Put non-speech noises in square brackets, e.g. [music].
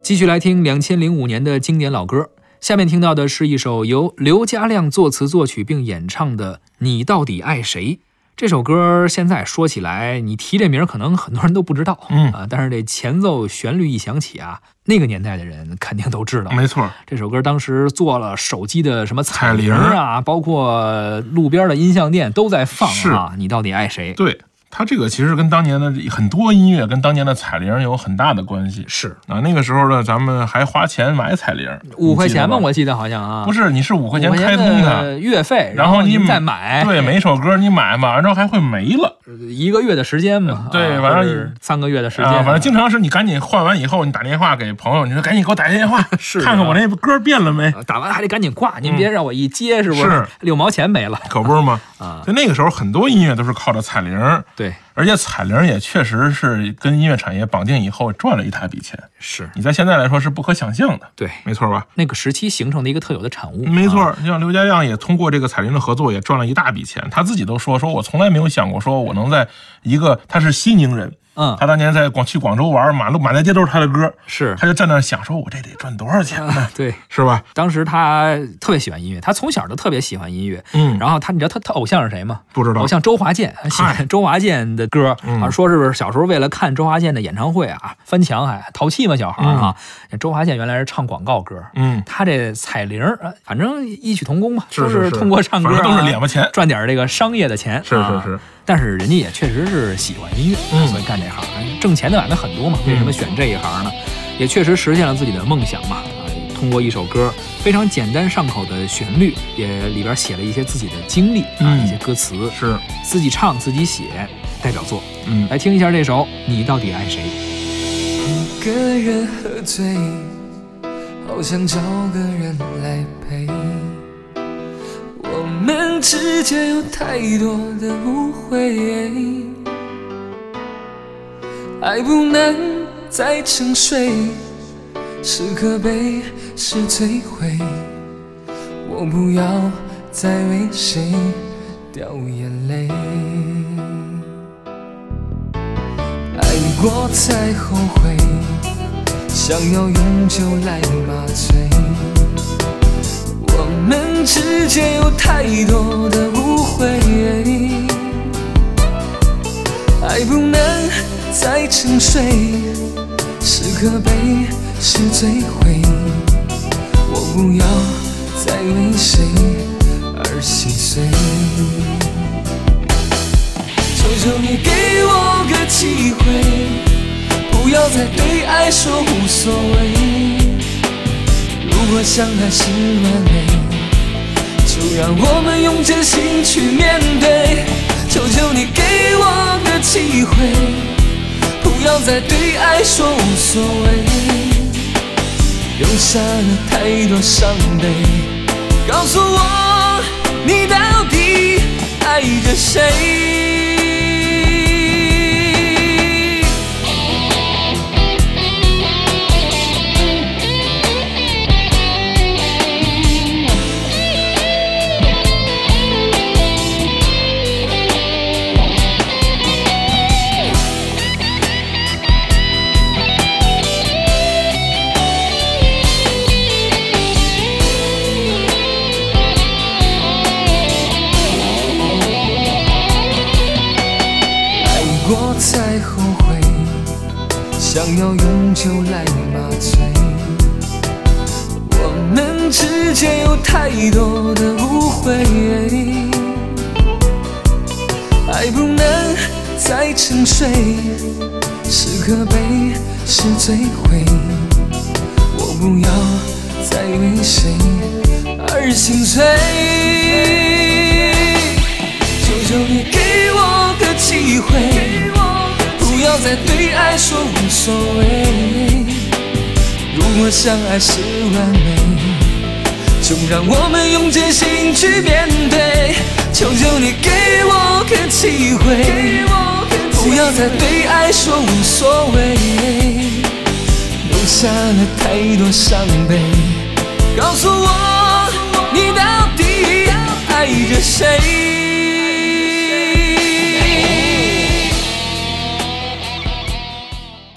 继续来听两千零五年的经典老歌，下面听到的是一首由刘家亮作词作曲并演唱的《你到底爱谁》。这首歌现在说起来，你提这名儿可能很多人都不知道，嗯啊，但是这前奏旋律一响起啊，那个年代的人肯定都知道。没错，这首歌当时做了手机的什么彩嗯彩铃铃儿儿啊，包括路边的音像店都在放啊。你到底爱谁？对它这个其实跟当年的很多音乐跟当年的彩铃有很大的关系是啊。那个时候呢，咱们还花钱买彩铃，五块钱吧？吧？我记得好像啊，不是，你是五块五钱块开钱通它。的哎月费，然后后你您再买，对，每一首歌你买，买完之后还会没了一个月的时间嘛，对啊反正或者三个月的时间，啊！反正经常是你赶紧换完以后，你打电话给朋友，你说赶紧给我打一电话， [laughs] 是啊看看我这歌变了没，啊打完还得赶紧挂，您别让我一接是不嗯是六毛钱没了可不是吗？啊！所以那个时候很多音乐都是靠着彩铃儿，对，而且彩铃儿也确实是跟音乐产业绑定以后赚了一大笔钱，是你在现在来说是不可想象的，对没错吧？那个时期形成的一个特有的产物，啊没错，像刘家亮也通过这个彩铃的合作也赚了一大笔钱，他自己都说，说我从来没有想过，说我能在一个他是西宁人，嗯，他当年在广去广州玩，马路满大街都是他的歌，是嗯他就站那儿想，说我这得赚多少钱呢？对。是吧？当时他特别喜欢音乐，他从小就特别喜欢音乐。嗯，然后他，你知道他他偶像是谁吗？不知道偶像周华健，喜欢 [laughs] 周华健的歌嗯啊，说是不是小时候为了看周华健的演唱会啊，翻墙还淘气嘛，小孩儿啊。周华健原来是唱广告歌，嗯，他这彩铃儿，呃反正异曲同工吧，是都是是通过唱歌、啊、反正都是两毛钱赚点儿这个商业的钱。是是啊是，但是人家也确实是喜欢音乐，嗯所以干这行挣钱的买卖很多嘛，为什么选这一行呢？也确实实现了自己的梦想嘛。啊，通过一首歌非常简单上口的旋律，也里边写了一些自己的经历啊，嗯一些歌词，是，自己唱自己写，代表作。嗯，来听一下这首《你到底爱谁》。一个人喝醉，好想找个人来陪。我们之间有太多的误会，爱不能再沉睡，是可悲，是摧毁。我不要再为谁掉眼泪。爱过才后悔，想要永久来麻醉。我们之间有太多的误会，爱不能再沉睡，是可悲，是摧毁。我不要再为谁而心碎。求求你给我个机会，不要再对爱说无所谓。如果相爱是完美，就让我们用真心去面对。求求你给我个机会，不要再对爱说无所谓。留下了太多伤悲。告诉我，你到底爱着谁？爱过才后悔，想要永久来麻醉。我们之间有太多的误会，爱不能再沉睡，是可悲，是摧毁。我不要再为谁而心碎。求求你给我个机会，不要再对爱说无所谓。如果相爱是完美，就让我们用真心去面对。求求你给我个机会，不要再对爱说无所谓，留下了太多伤悲。告诉我，你到底爱着谁？